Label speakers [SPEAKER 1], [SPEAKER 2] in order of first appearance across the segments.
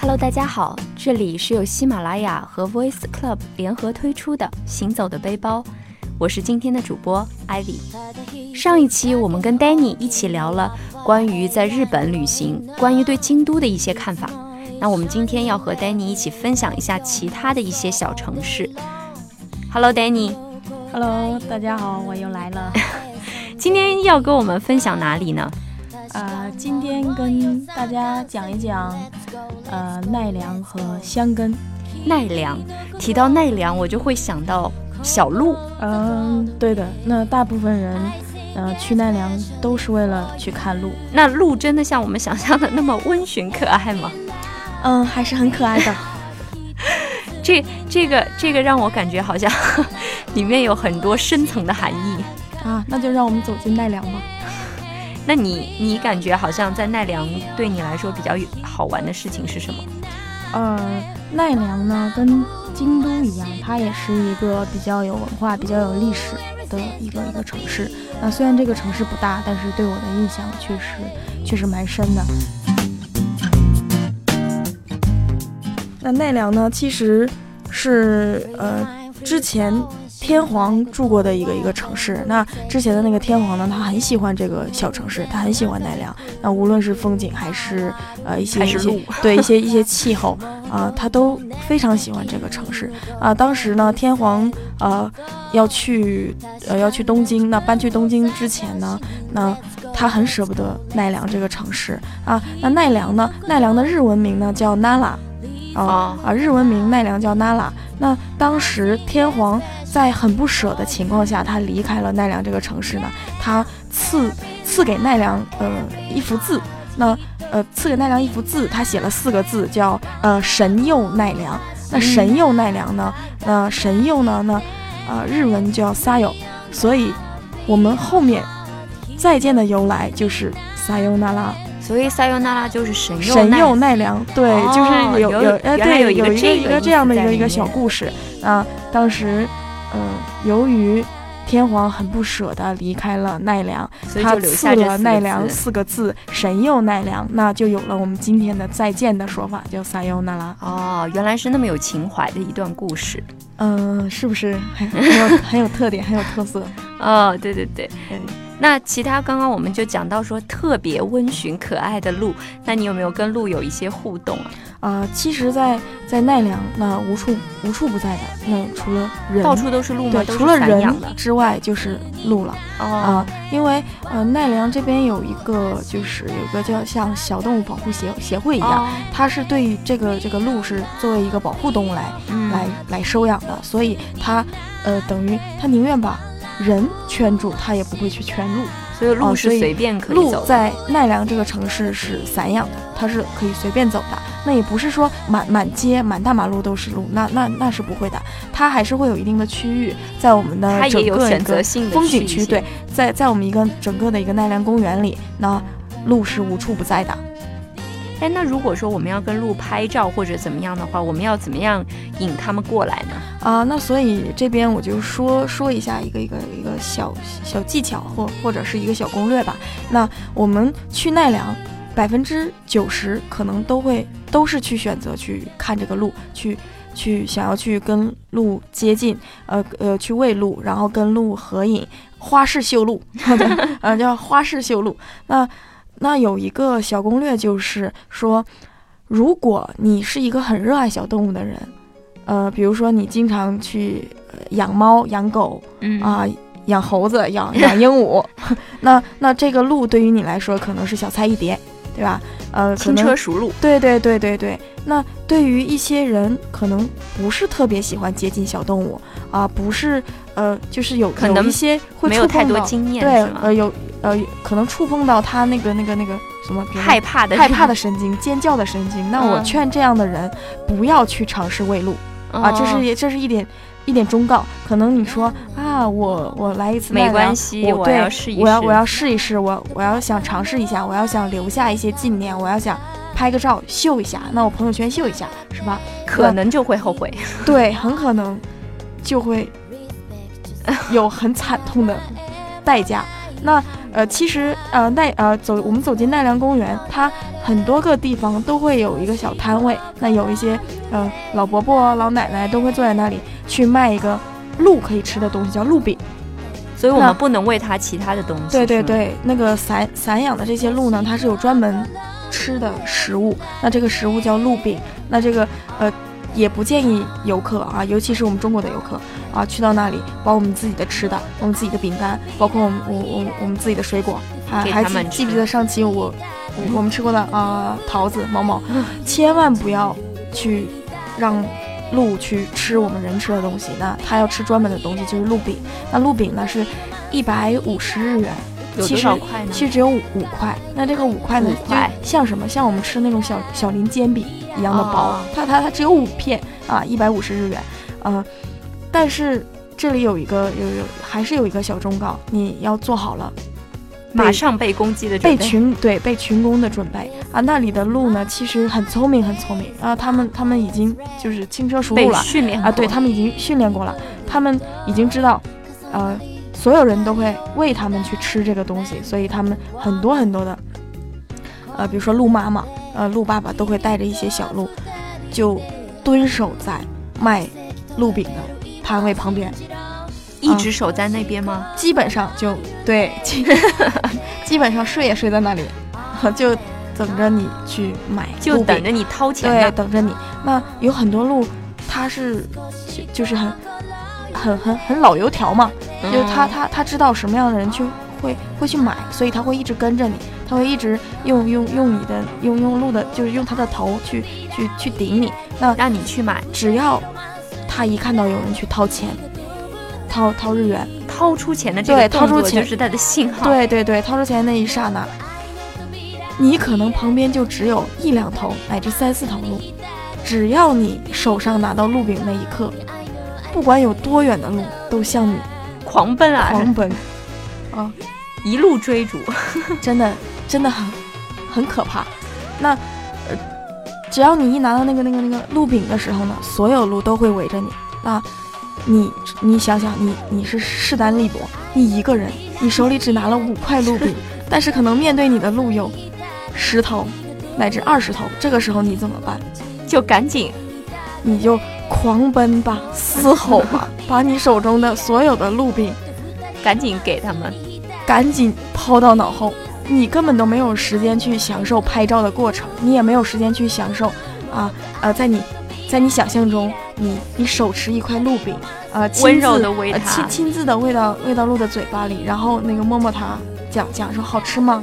[SPEAKER 1] Hello，大家好，这里是由喜马拉雅和 Voice Club 联合推出的《行走的背包》，我是今天的主播 Ivy。上一期我们跟 Danny 一起聊了关于在日本旅行，关于对京都的一些看法。那我们今天要和 Danny 一起分享一下其他的一些小城市。Hello，Danny。
[SPEAKER 2] Hello，大家好，我又来 了。
[SPEAKER 1] 今天要跟我们分享哪里呢？
[SPEAKER 2] 呃，今天跟大家讲一讲，呃，奈良和箱根。
[SPEAKER 1] 奈良，提到奈良，我就会想到小鹿。
[SPEAKER 2] 嗯、对的，那大部分人，呃，去奈良都是为了去看鹿。
[SPEAKER 1] 那鹿真的像我们想象的那么温驯可爱吗？
[SPEAKER 2] 嗯，还是很可爱的。
[SPEAKER 1] 这、这个、这个让我感觉好像 里面有很多深层的含义。
[SPEAKER 2] 啊，那就让我们走进奈良吧。
[SPEAKER 1] 那你、你感觉好像在奈良对你来说比较有好玩的事情是什么？
[SPEAKER 2] 呃，奈良呢，跟京都一样，它也是一个比较有文化、比较有历史的一个一个城市。那虽然这个城市不大，但是对我的印象确实确实蛮深的。那奈良呢，其实是呃之前天皇住过的一个一个城市。那之前的那个天皇呢，他很喜欢这个小城市，他很喜欢奈良。那无论是风景还是呃一些
[SPEAKER 1] 还
[SPEAKER 2] 一
[SPEAKER 1] 是
[SPEAKER 2] 些
[SPEAKER 1] 鹿？
[SPEAKER 2] 对一些一些气候啊、他都非常喜欢这个城市啊、当时呢，天皇呃要去呃要去东京，那搬去东京之前呢，那他很舍不得奈良这个城市啊。那奈良呢，奈良的日文名呢叫 Nala，啊
[SPEAKER 1] 哦，
[SPEAKER 2] 啊，日文名奈良叫 Nala。那当时天皇在很不舍的情况下，他离开了奈良这个城市呢，他赐赐给奈良呃一幅字，那呃赐给奈良一幅字，他写了四个字叫呃神佑奈良。那神佑奈良呢？那神佑呢？那呃日文叫撒友，所以我们后面再见的由来就是撒由那拉。
[SPEAKER 1] 所以塞尤那拉就是神佑
[SPEAKER 2] 神
[SPEAKER 1] 奈
[SPEAKER 2] 佑奈良，对，
[SPEAKER 1] 哦
[SPEAKER 2] 就是有
[SPEAKER 1] 有
[SPEAKER 2] 呃，
[SPEAKER 1] 原来
[SPEAKER 2] 对，
[SPEAKER 1] 有一个
[SPEAKER 2] 有一
[SPEAKER 1] 这
[SPEAKER 2] 个
[SPEAKER 1] 个
[SPEAKER 2] 一
[SPEAKER 1] 意思
[SPEAKER 2] 这样的一
[SPEAKER 1] 在
[SPEAKER 2] 个
[SPEAKER 1] 里
[SPEAKER 2] 一个
[SPEAKER 1] 面
[SPEAKER 2] 小故事啊。当时，呃，由于天皇很不舍得离开了奈良，
[SPEAKER 1] 所以
[SPEAKER 2] 他
[SPEAKER 1] 就留下
[SPEAKER 2] 赐
[SPEAKER 1] 这
[SPEAKER 2] 了
[SPEAKER 1] 四
[SPEAKER 2] 奈
[SPEAKER 1] 个
[SPEAKER 2] 良
[SPEAKER 1] 字。
[SPEAKER 2] 四个字“神佑奈良”，那就有了我们今天的再见的说法，叫撒由那拉。
[SPEAKER 1] 哦，原来是那么有情怀的一段故事。
[SPEAKER 2] 嗯、是 不是很很 有很有特点，很有特色？
[SPEAKER 1] 哦，对对对。
[SPEAKER 2] 对
[SPEAKER 1] 那其他刚刚我们就讲到说特别温驯可爱的鹿，那你有没有跟鹿有一些互动啊？
[SPEAKER 2] 啊、其实在，在奈良，那无处无处不在的，那除了人，
[SPEAKER 1] 到处都是鹿吗？
[SPEAKER 2] 对，
[SPEAKER 1] 都是
[SPEAKER 2] 除了
[SPEAKER 1] 散
[SPEAKER 2] 人
[SPEAKER 1] 养的。
[SPEAKER 2] 之外就是鹿了。
[SPEAKER 1] 哦
[SPEAKER 2] 啊、因为呃奈良这边有一个就是有一个叫像小动物保护协协会一样，
[SPEAKER 1] 哦
[SPEAKER 2] 它是对于这个这个鹿是作为一个保护动物来、
[SPEAKER 1] 嗯
[SPEAKER 2] 来来收养的，所以它呃等于它宁愿把人圈住，它也不会去圈鹿。
[SPEAKER 1] 所以路
[SPEAKER 2] 哦
[SPEAKER 1] 是
[SPEAKER 2] 所以
[SPEAKER 1] 随便可以
[SPEAKER 2] 鹿
[SPEAKER 1] 走的。
[SPEAKER 2] 在奈良这个城市是散养的，它是可以随便走的。那也不是说满满街满大马路都是鹿，那那那是不会的，它还是会有一定的区域，在我们的
[SPEAKER 1] 它也
[SPEAKER 2] 整
[SPEAKER 1] 有
[SPEAKER 2] 个
[SPEAKER 1] 选
[SPEAKER 2] 一个
[SPEAKER 1] 择性的
[SPEAKER 2] 风景
[SPEAKER 1] 一
[SPEAKER 2] 区，
[SPEAKER 1] 些
[SPEAKER 2] 对，在在我们一个整个的一个奈良公园里，那鹿是无处不在的。
[SPEAKER 1] 哎，那如果说我们要跟鹿拍照或者怎么样的话，我们要怎么样引他们过来呢？
[SPEAKER 2] 啊，那所以这边我就说说一下一个一个一个小小技巧或或者是一个小攻略吧。那我们去奈良，百分之九十可能都会都是去选择去看这个鹿，去去想要去跟鹿接近，呃呃去喂鹿，然后跟鹿合影，花式修鹿， 呃叫花式修鹿。那那有一个小攻略就是说，如果你是一个很热爱小动物的人。呃，比如说你经常去呃养猫、养狗
[SPEAKER 1] 嗯
[SPEAKER 2] 啊、养猴子、养 养鹦鹉，那那这个鹿对于你来说可能是小菜一碟，对吧？呃，可
[SPEAKER 1] 轻
[SPEAKER 2] 能
[SPEAKER 1] 车熟路，
[SPEAKER 2] 对对对对对。那对于一些人，可能不是特别喜欢接近小动物啊、不是呃，就是有
[SPEAKER 1] 可
[SPEAKER 2] 有
[SPEAKER 1] 能
[SPEAKER 2] 一些会
[SPEAKER 1] 没
[SPEAKER 2] 触
[SPEAKER 1] 有太
[SPEAKER 2] 碰
[SPEAKER 1] 多
[SPEAKER 2] 到，
[SPEAKER 1] 经验，
[SPEAKER 2] 对
[SPEAKER 1] 是，吗？
[SPEAKER 2] 呃，有呃，可能触碰到他那个那个那个什么比如说
[SPEAKER 1] 害怕的，
[SPEAKER 2] 害怕的神经、尖叫的神经。那我
[SPEAKER 1] 嗯
[SPEAKER 2] 劝这样的人不要去尝试喂鹿。
[SPEAKER 1] 哦
[SPEAKER 2] 啊，这是也这是一点一点忠告。可能你说啊，我我来一次
[SPEAKER 1] 嗯没
[SPEAKER 2] 奈良
[SPEAKER 1] 关，系，
[SPEAKER 2] 我
[SPEAKER 1] 我
[SPEAKER 2] 对
[SPEAKER 1] 要试一试，
[SPEAKER 2] 我要我要试一试，我我要想尝试一下，我要想留下一些纪念，我要想拍个照秀一下，那我朋友圈秀一下，是吧？
[SPEAKER 1] 可能就会后 悔。
[SPEAKER 2] 对，很可能就会有很惨痛的代价。那呃，其实呃奈呃走我们走进奈良公园，它很多个地方都会有一个小摊位，那有一些呃老伯伯老奶奶都会坐在那里去卖一个鹿可以吃的东西，叫鹿饼。
[SPEAKER 1] 所以我们
[SPEAKER 2] 那
[SPEAKER 1] 不能喂它其他的东西。
[SPEAKER 2] 对对
[SPEAKER 1] 是吗，
[SPEAKER 2] 对，那个散散养的这些鹿呢，它是有专门吃的食物，那这个食物叫鹿饼，那这个呃也不建议游客啊，尤其是我们中国的游客啊，去到那里把我们自己的吃的，我们自己的饼干，包括我们我我我们自己的水果，还
[SPEAKER 1] 给
[SPEAKER 2] 还
[SPEAKER 1] 他
[SPEAKER 2] 记
[SPEAKER 1] 们
[SPEAKER 2] 记不
[SPEAKER 1] 吃嗯
[SPEAKER 2] 记得上期我我我们吃过的啊、桃子某某，千万不要去让。鹿去吃我们人吃的东西，那它要吃专门的东西，就是鹿饼。那鹿饼呢是一百五十日元，
[SPEAKER 1] 有
[SPEAKER 2] 其
[SPEAKER 1] 多
[SPEAKER 2] 实
[SPEAKER 1] 少块呢？
[SPEAKER 2] 其实只有五五块。那这个五块呢，
[SPEAKER 1] 五块
[SPEAKER 2] 就像什么？像我们吃那种小小林煎饼一样的薄，
[SPEAKER 1] 哦
[SPEAKER 2] 它它它只有五片啊，一百五十日元，呃，但是这里有一个有有还是有一个小忠告，你要做好了
[SPEAKER 1] 马上被攻击的准
[SPEAKER 2] 被
[SPEAKER 1] 备。
[SPEAKER 2] 群对被群攻的准备啊。那里的鹿呢，其实很聪明，很聪明啊，他们他们已经就是轻车熟路
[SPEAKER 1] 被
[SPEAKER 2] 了，
[SPEAKER 1] 训练
[SPEAKER 2] 啊，对
[SPEAKER 1] 过
[SPEAKER 2] 他们已经训练过了，他们已经知道，呃，所有人都会喂他们去吃这个东西，所以他们很多很多的，呃，比如说鹿妈妈，呃，鹿爸爸都会带着一些小鹿，就蹲守在卖鹿饼的摊位旁边，
[SPEAKER 1] 一直守在那边吗？
[SPEAKER 2] 基本上就对， 基基本上睡也睡在那里，就等着你去买鹿饼，
[SPEAKER 1] 就等着你掏钱
[SPEAKER 2] 对，
[SPEAKER 1] 呢。
[SPEAKER 2] 等着你。那有很多路，它是就就是很很很很老油条嘛，
[SPEAKER 1] 嗯
[SPEAKER 2] 就是他他他知道什么样的人去会会去买，所以他会一直跟着你，他会一直用用用你的用用鹿的，就是用他的头去去去顶你。那
[SPEAKER 1] 让你去买，
[SPEAKER 2] 只要他一看到有人去掏钱，掏掏日元，
[SPEAKER 1] 掏出钱的这个
[SPEAKER 2] 对掏
[SPEAKER 1] 动
[SPEAKER 2] 出
[SPEAKER 1] 作
[SPEAKER 2] 钱
[SPEAKER 1] 就是他的信号。
[SPEAKER 2] 对对对，掏出钱那一刹那，你可能旁边就只有一两头乃至三四头鹿，只要你手上拿到鹿饼那一刻，不管有多远的路，都向你
[SPEAKER 1] 狂奔啊，
[SPEAKER 2] 狂奔，
[SPEAKER 1] 一路追逐。
[SPEAKER 2] 真的真的很很可怕。那呃，只要你一拿到那个那个那个鹿饼的时候呢，所有鹿都会围着你。那你你想想，你你是势单力薄，你一个人，你手里只拿了五块鹿饼，但是可能面对你的鹿有十头乃至二十头，这个时候你怎么办？
[SPEAKER 1] 就赶紧
[SPEAKER 2] 你就狂奔吧，嘶吼吧， 把你手中的所有的鹿饼
[SPEAKER 1] 赶紧给他们。
[SPEAKER 2] 赶紧抛到脑后，你根本都没有时间去享受拍照的过程，你也没有时间去享受啊呃，在你，在你想象中，你你手持一块鹿饼，呃，亲自
[SPEAKER 1] 温柔地喂
[SPEAKER 2] 呃
[SPEAKER 1] 它
[SPEAKER 2] 亲亲自的喂到喂到鹿的嘴巴里，然后那个摸摸它，讲讲说好吃吗？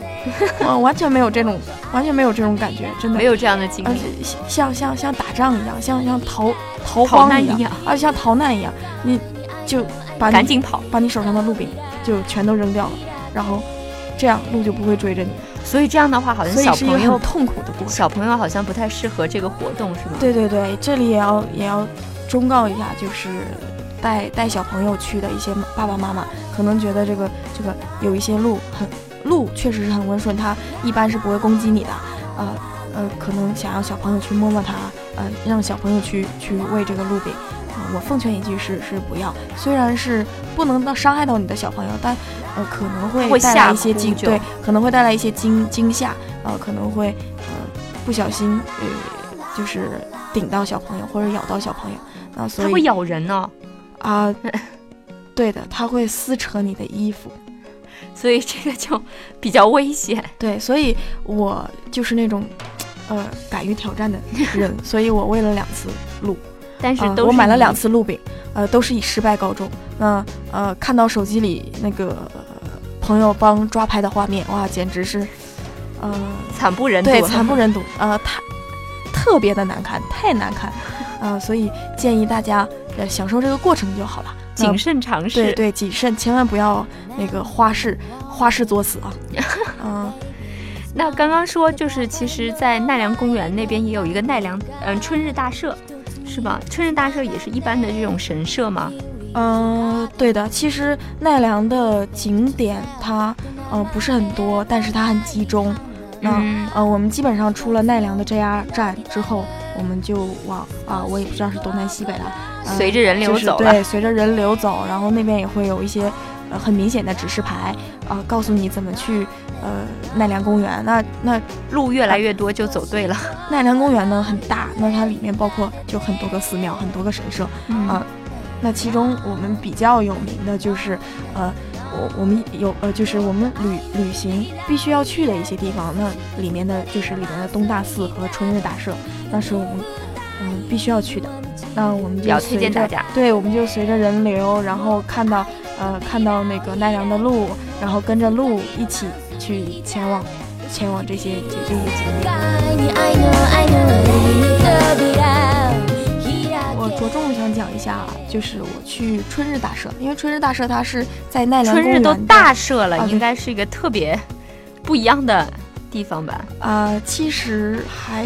[SPEAKER 2] 我完全没有这种，完全没有这种感觉，真的
[SPEAKER 1] 没有这样的经
[SPEAKER 2] 而
[SPEAKER 1] 历
[SPEAKER 2] 且，像像像打仗一样，像像逃
[SPEAKER 1] 逃
[SPEAKER 2] 逃荒
[SPEAKER 1] 难
[SPEAKER 2] 一样，
[SPEAKER 1] 一样，
[SPEAKER 2] 啊，像逃难一样，你就把你
[SPEAKER 1] 赶紧跑。
[SPEAKER 2] 把你手上的鹿饼就全都扔掉了，然后这样鹿就不会追着你。
[SPEAKER 1] 所以这样的话，好像
[SPEAKER 2] 所
[SPEAKER 1] 小
[SPEAKER 2] 以是一个
[SPEAKER 1] 朋
[SPEAKER 2] 很
[SPEAKER 1] 友
[SPEAKER 2] 痛苦的过程。
[SPEAKER 1] 小朋友好像不太适合这个活动，是吗？
[SPEAKER 2] 对对对，这里也要也要忠告一下，就是带带小朋友去的一些爸爸妈妈，可能觉得这个这个有一些鹿很鹿确实是很温顺，它一般是不会攻击你的，呃呃，可能想要小朋友去摸摸它，呃，让小朋友去去喂这个鹿饼。啊我奉劝一句是是不要，虽然是不能到伤害到你的小朋友，但呃可能
[SPEAKER 1] 会
[SPEAKER 2] 会带来
[SPEAKER 1] 吓
[SPEAKER 2] 一些
[SPEAKER 1] 哭
[SPEAKER 2] 惊，
[SPEAKER 1] 就
[SPEAKER 2] 对，可能会带来一些惊惊吓，呃可能会呃不小心呃就是顶到小朋友或者咬到小朋友，那、所
[SPEAKER 1] 它会
[SPEAKER 2] 以
[SPEAKER 1] 咬人哦呢、
[SPEAKER 2] 啊、对的，它会撕扯你的衣服，
[SPEAKER 1] 所以这个就比较危险。
[SPEAKER 2] 对，所以我就是那种呃敢于挑战的 人，所以我喂了两次鹿。
[SPEAKER 1] 但是
[SPEAKER 2] 啊
[SPEAKER 1] 都是、
[SPEAKER 2] 我买了两，次鹿饼，呃，都是以失败告终。那呃，看到手机里那个呃朋友帮抓拍的画面，哇，简直是，呃，
[SPEAKER 1] 惨不忍睹。
[SPEAKER 2] 对，惨不忍睹，呃，太特别的难看，太难看，呃，所以建议大家呃享受这个过程就好了。那
[SPEAKER 1] 谨慎尝试。
[SPEAKER 2] 对对，谨慎，千万不要那个花式花式作 死啊！嗯、
[SPEAKER 1] 那刚刚说就是，其实，在奈良公园那边也有一个奈良，嗯、春日大社，是吧？春日大社也是一般的这种神社吗？
[SPEAKER 2] 嗯，对的，其实奈良的景点它呃不是很多，但是它很集中。那、
[SPEAKER 1] 嗯
[SPEAKER 2] 呃，我们基本上出了奈良的 JR 站之后，我们就往啊、我也
[SPEAKER 1] 嗯
[SPEAKER 2] 不知道是东南西北了，呃
[SPEAKER 1] 随着人流
[SPEAKER 2] 就是
[SPEAKER 1] 走了。
[SPEAKER 2] 对，随着人流走，然后那边也会有一些呃很明显的指示牌啊、告诉你怎么去呃奈良公园。那那
[SPEAKER 1] 路越来越多，就走对了。
[SPEAKER 2] 奈良公园呢很大，那它里面包括就很多个寺庙，很多个神社。
[SPEAKER 1] 嗯
[SPEAKER 2] 啊那其中我们比较有名的就是，呃，我我们有呃，就是我们旅旅行必须要去的一些地方，那里面的就是里面的东大寺和春日大社，那是我们嗯、必须要去的。那我们
[SPEAKER 1] 比
[SPEAKER 2] 就
[SPEAKER 1] 较推荐
[SPEAKER 2] 随着
[SPEAKER 1] 大家。
[SPEAKER 2] 对，我们就随着人流，然后看到呃看到那个奈良的鹿，然后跟着鹿一起去前往前往这些这这些景点。我着重想讲一下，就是我去春日大社，因为春日大社它是在奈良
[SPEAKER 1] 春
[SPEAKER 2] 公
[SPEAKER 1] 日
[SPEAKER 2] 园
[SPEAKER 1] 都
[SPEAKER 2] 的
[SPEAKER 1] 大社了，
[SPEAKER 2] 啊对
[SPEAKER 1] 应该是一个特别不一样的地方吧？
[SPEAKER 2] 呃，其实还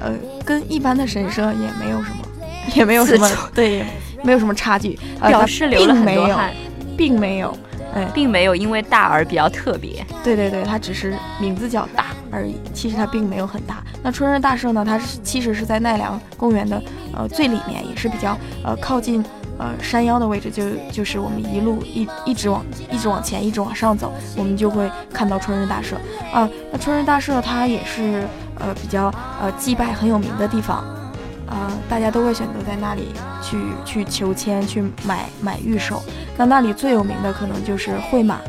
[SPEAKER 2] 呃跟一般的神社也没有什么，也没有什么
[SPEAKER 1] 四处
[SPEAKER 2] 对，没有什么差距，呃、
[SPEAKER 1] 表
[SPEAKER 2] 它
[SPEAKER 1] 示流了很
[SPEAKER 2] 并没
[SPEAKER 1] 多
[SPEAKER 2] 有
[SPEAKER 1] 汗，
[SPEAKER 2] 并没有，哎，
[SPEAKER 1] 并没有因为大而比较特别。
[SPEAKER 2] 对对对，它只是名字叫大而已，其实它并没有很大。那春日大社呢，它是其实是在奈良公园的呃最里面，也是比较呃靠近呃山腰的位置，就就是我们一路一一直往一直往前，一直往上走，我们就会看到春日大社啊、那春日大社它也是呃比较呃祭拜很有名的地方。呃，大家都会选择在那里去去求签，去买买玉手。那那里最有名的可能就是会马，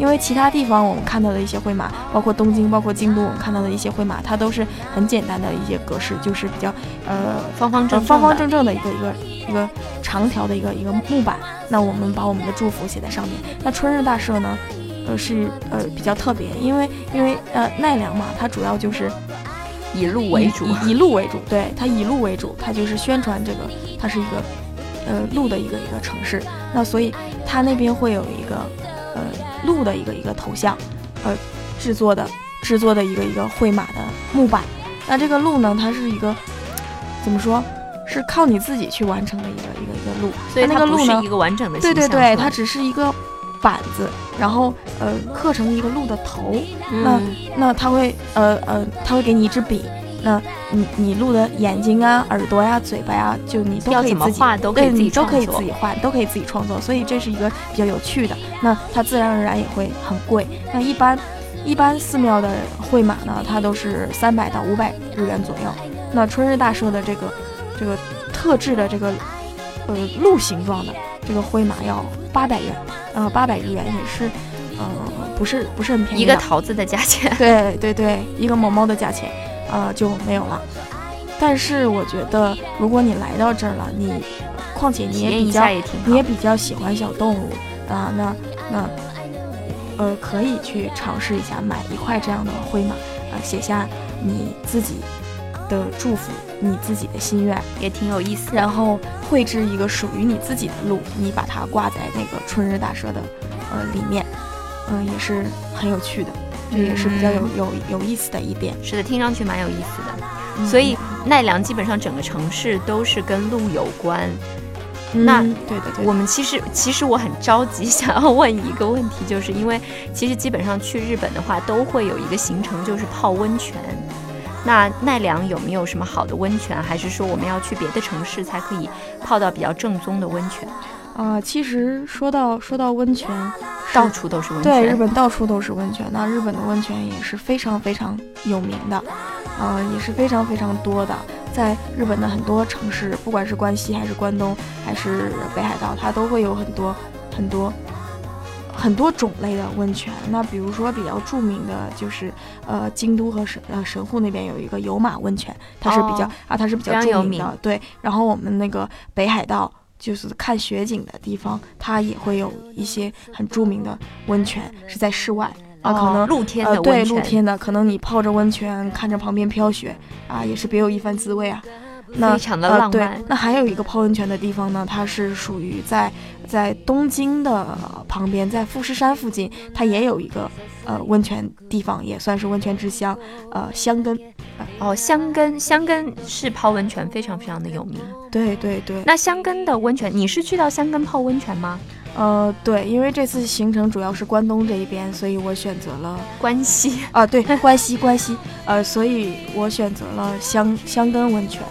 [SPEAKER 2] 因为其他地方我们看到的一些绘马，包括东京、包括京都，我们看到的一些绘马，它都是很简单的一些格式，就是比较呃
[SPEAKER 1] 方方正正
[SPEAKER 2] 呃
[SPEAKER 1] 的
[SPEAKER 2] 方方正正的一个一个一个长条的一个一个木板。那我们把我们的祝福写在上面。那春日大社呢，呃是呃比较特别，因为因为呃奈良嘛，它主要就是
[SPEAKER 1] 以路为主，
[SPEAKER 2] 以以路为主，对，它以路为主，它就是宣传这个，它是一个呃路的一个一个城市。那所以它那边会有一个呃路的一个一个头像，呃制作的制作的一个一个绘马的木板。那这个路呢，它是一个怎么说？是靠你自己去完成的一个一个一个路，
[SPEAKER 1] 所以
[SPEAKER 2] 那
[SPEAKER 1] 它
[SPEAKER 2] 个
[SPEAKER 1] 不
[SPEAKER 2] 路
[SPEAKER 1] 是
[SPEAKER 2] 呢
[SPEAKER 1] 一个完整的
[SPEAKER 2] 对
[SPEAKER 1] 形
[SPEAKER 2] 对
[SPEAKER 1] 象
[SPEAKER 2] 对，
[SPEAKER 1] 是吧
[SPEAKER 2] 它只是一个板子，然后呃刻成一个鹿的头，那
[SPEAKER 1] 嗯
[SPEAKER 2] 那他会呃呃，他会给你一支笔，那你你录的眼睛啊、耳朵呀、嘴巴呀，就你都
[SPEAKER 1] 要
[SPEAKER 2] 可以
[SPEAKER 1] 怎么
[SPEAKER 2] 自己。
[SPEAKER 1] 画都可以
[SPEAKER 2] 对
[SPEAKER 1] 自
[SPEAKER 2] 你
[SPEAKER 1] 己
[SPEAKER 2] 都可
[SPEAKER 1] 创
[SPEAKER 2] 以自
[SPEAKER 1] 作
[SPEAKER 2] 己画，都可以自己创作，所以这是一个比较有趣的。那它自然而然也会很贵。那一般一般寺庙的会马呢，它都是三百到五百日元左右。那春日大社的这个这个特制的这个呃鹿形状的这个灰马要八百元，呃八百日元也是呃不是不是很便宜
[SPEAKER 1] 一
[SPEAKER 2] 的
[SPEAKER 1] 个桃子的价钱。
[SPEAKER 2] 对对对，一个毛毛的价钱，呃，就没有了。但是我觉得，如果你来到这儿了，你况且你
[SPEAKER 1] 体
[SPEAKER 2] 也
[SPEAKER 1] 验
[SPEAKER 2] 比
[SPEAKER 1] 一
[SPEAKER 2] 较
[SPEAKER 1] 下，也挺
[SPEAKER 2] 你也
[SPEAKER 1] 好。
[SPEAKER 2] 比较喜欢小动物啊、那那呃，可以去尝试一下买一块这样的灰马，呃，写下你自己的祝福，你自己的心愿，
[SPEAKER 1] 也挺有意思的。
[SPEAKER 2] 然后绘制一个属于你自己的路，你把它挂在那个春日大社的呃里面，嗯、也是很有趣的，这也是比较有
[SPEAKER 1] 嗯
[SPEAKER 2] 有有意思的一点。
[SPEAKER 1] 是的，听上去蛮有意思的。
[SPEAKER 2] 嗯
[SPEAKER 1] 所以奈良基本上整个城市都是跟路有关。
[SPEAKER 2] 嗯
[SPEAKER 1] 那
[SPEAKER 2] 对对对，
[SPEAKER 1] 我们其实其实我很着急， 想要问一个问题，就是因为其实基本上去日本的话，都会有一个行程，就是泡温泉。那奈良有没有什么好的温泉？还是说我们要去别的城市才可以泡到比较正宗的温泉？
[SPEAKER 2] 啊、其实说到说到温泉，是
[SPEAKER 1] 到处都是温
[SPEAKER 2] 对日
[SPEAKER 1] 泉，
[SPEAKER 2] 本到处都是温泉，那日本的温泉也是非常非常有名的，呃，也是非常非常多的。在日本的很多城市，不管是关西还是关东还是北海道，它都会有很多很多很多种类的温泉。那比如说比较著名的就是，呃，京都和神呃神户那边有一个有马温泉，它是比较、
[SPEAKER 1] 哦
[SPEAKER 2] 啊，它是比较
[SPEAKER 1] 非常有
[SPEAKER 2] 著名的。
[SPEAKER 1] 名
[SPEAKER 2] 对，然后我们那个北海道就是看雪景的地方，它也会有一些很著名的温泉，是在室外啊，可
[SPEAKER 1] 哦
[SPEAKER 2] 能。
[SPEAKER 1] 露天
[SPEAKER 2] 呃，
[SPEAKER 1] 的
[SPEAKER 2] 对，
[SPEAKER 1] 温
[SPEAKER 2] 露
[SPEAKER 1] 泉，
[SPEAKER 2] 天的，可能你泡着温泉，看着旁边飘雪，啊，也是别有一番滋味啊。那
[SPEAKER 1] 非常的浪
[SPEAKER 2] 呃
[SPEAKER 1] 漫
[SPEAKER 2] 对。。那还有一个泡温泉的地方呢，它是属于在在东京的呃旁边，在富士山附近，它也有一个呃温泉地方，也算是温泉之乡，呃，香根。
[SPEAKER 1] 哦，香根，香根是泡温泉非常非常的有名。
[SPEAKER 2] 对对对，
[SPEAKER 1] 那香根的温泉，你是去到香根泡温泉吗？
[SPEAKER 2] 呃，对，因为这次行程主要是关东这一边，所以我选择了
[SPEAKER 1] 关西
[SPEAKER 2] 啊，对， 关西关西，呃，所以我选择了香香根温泉。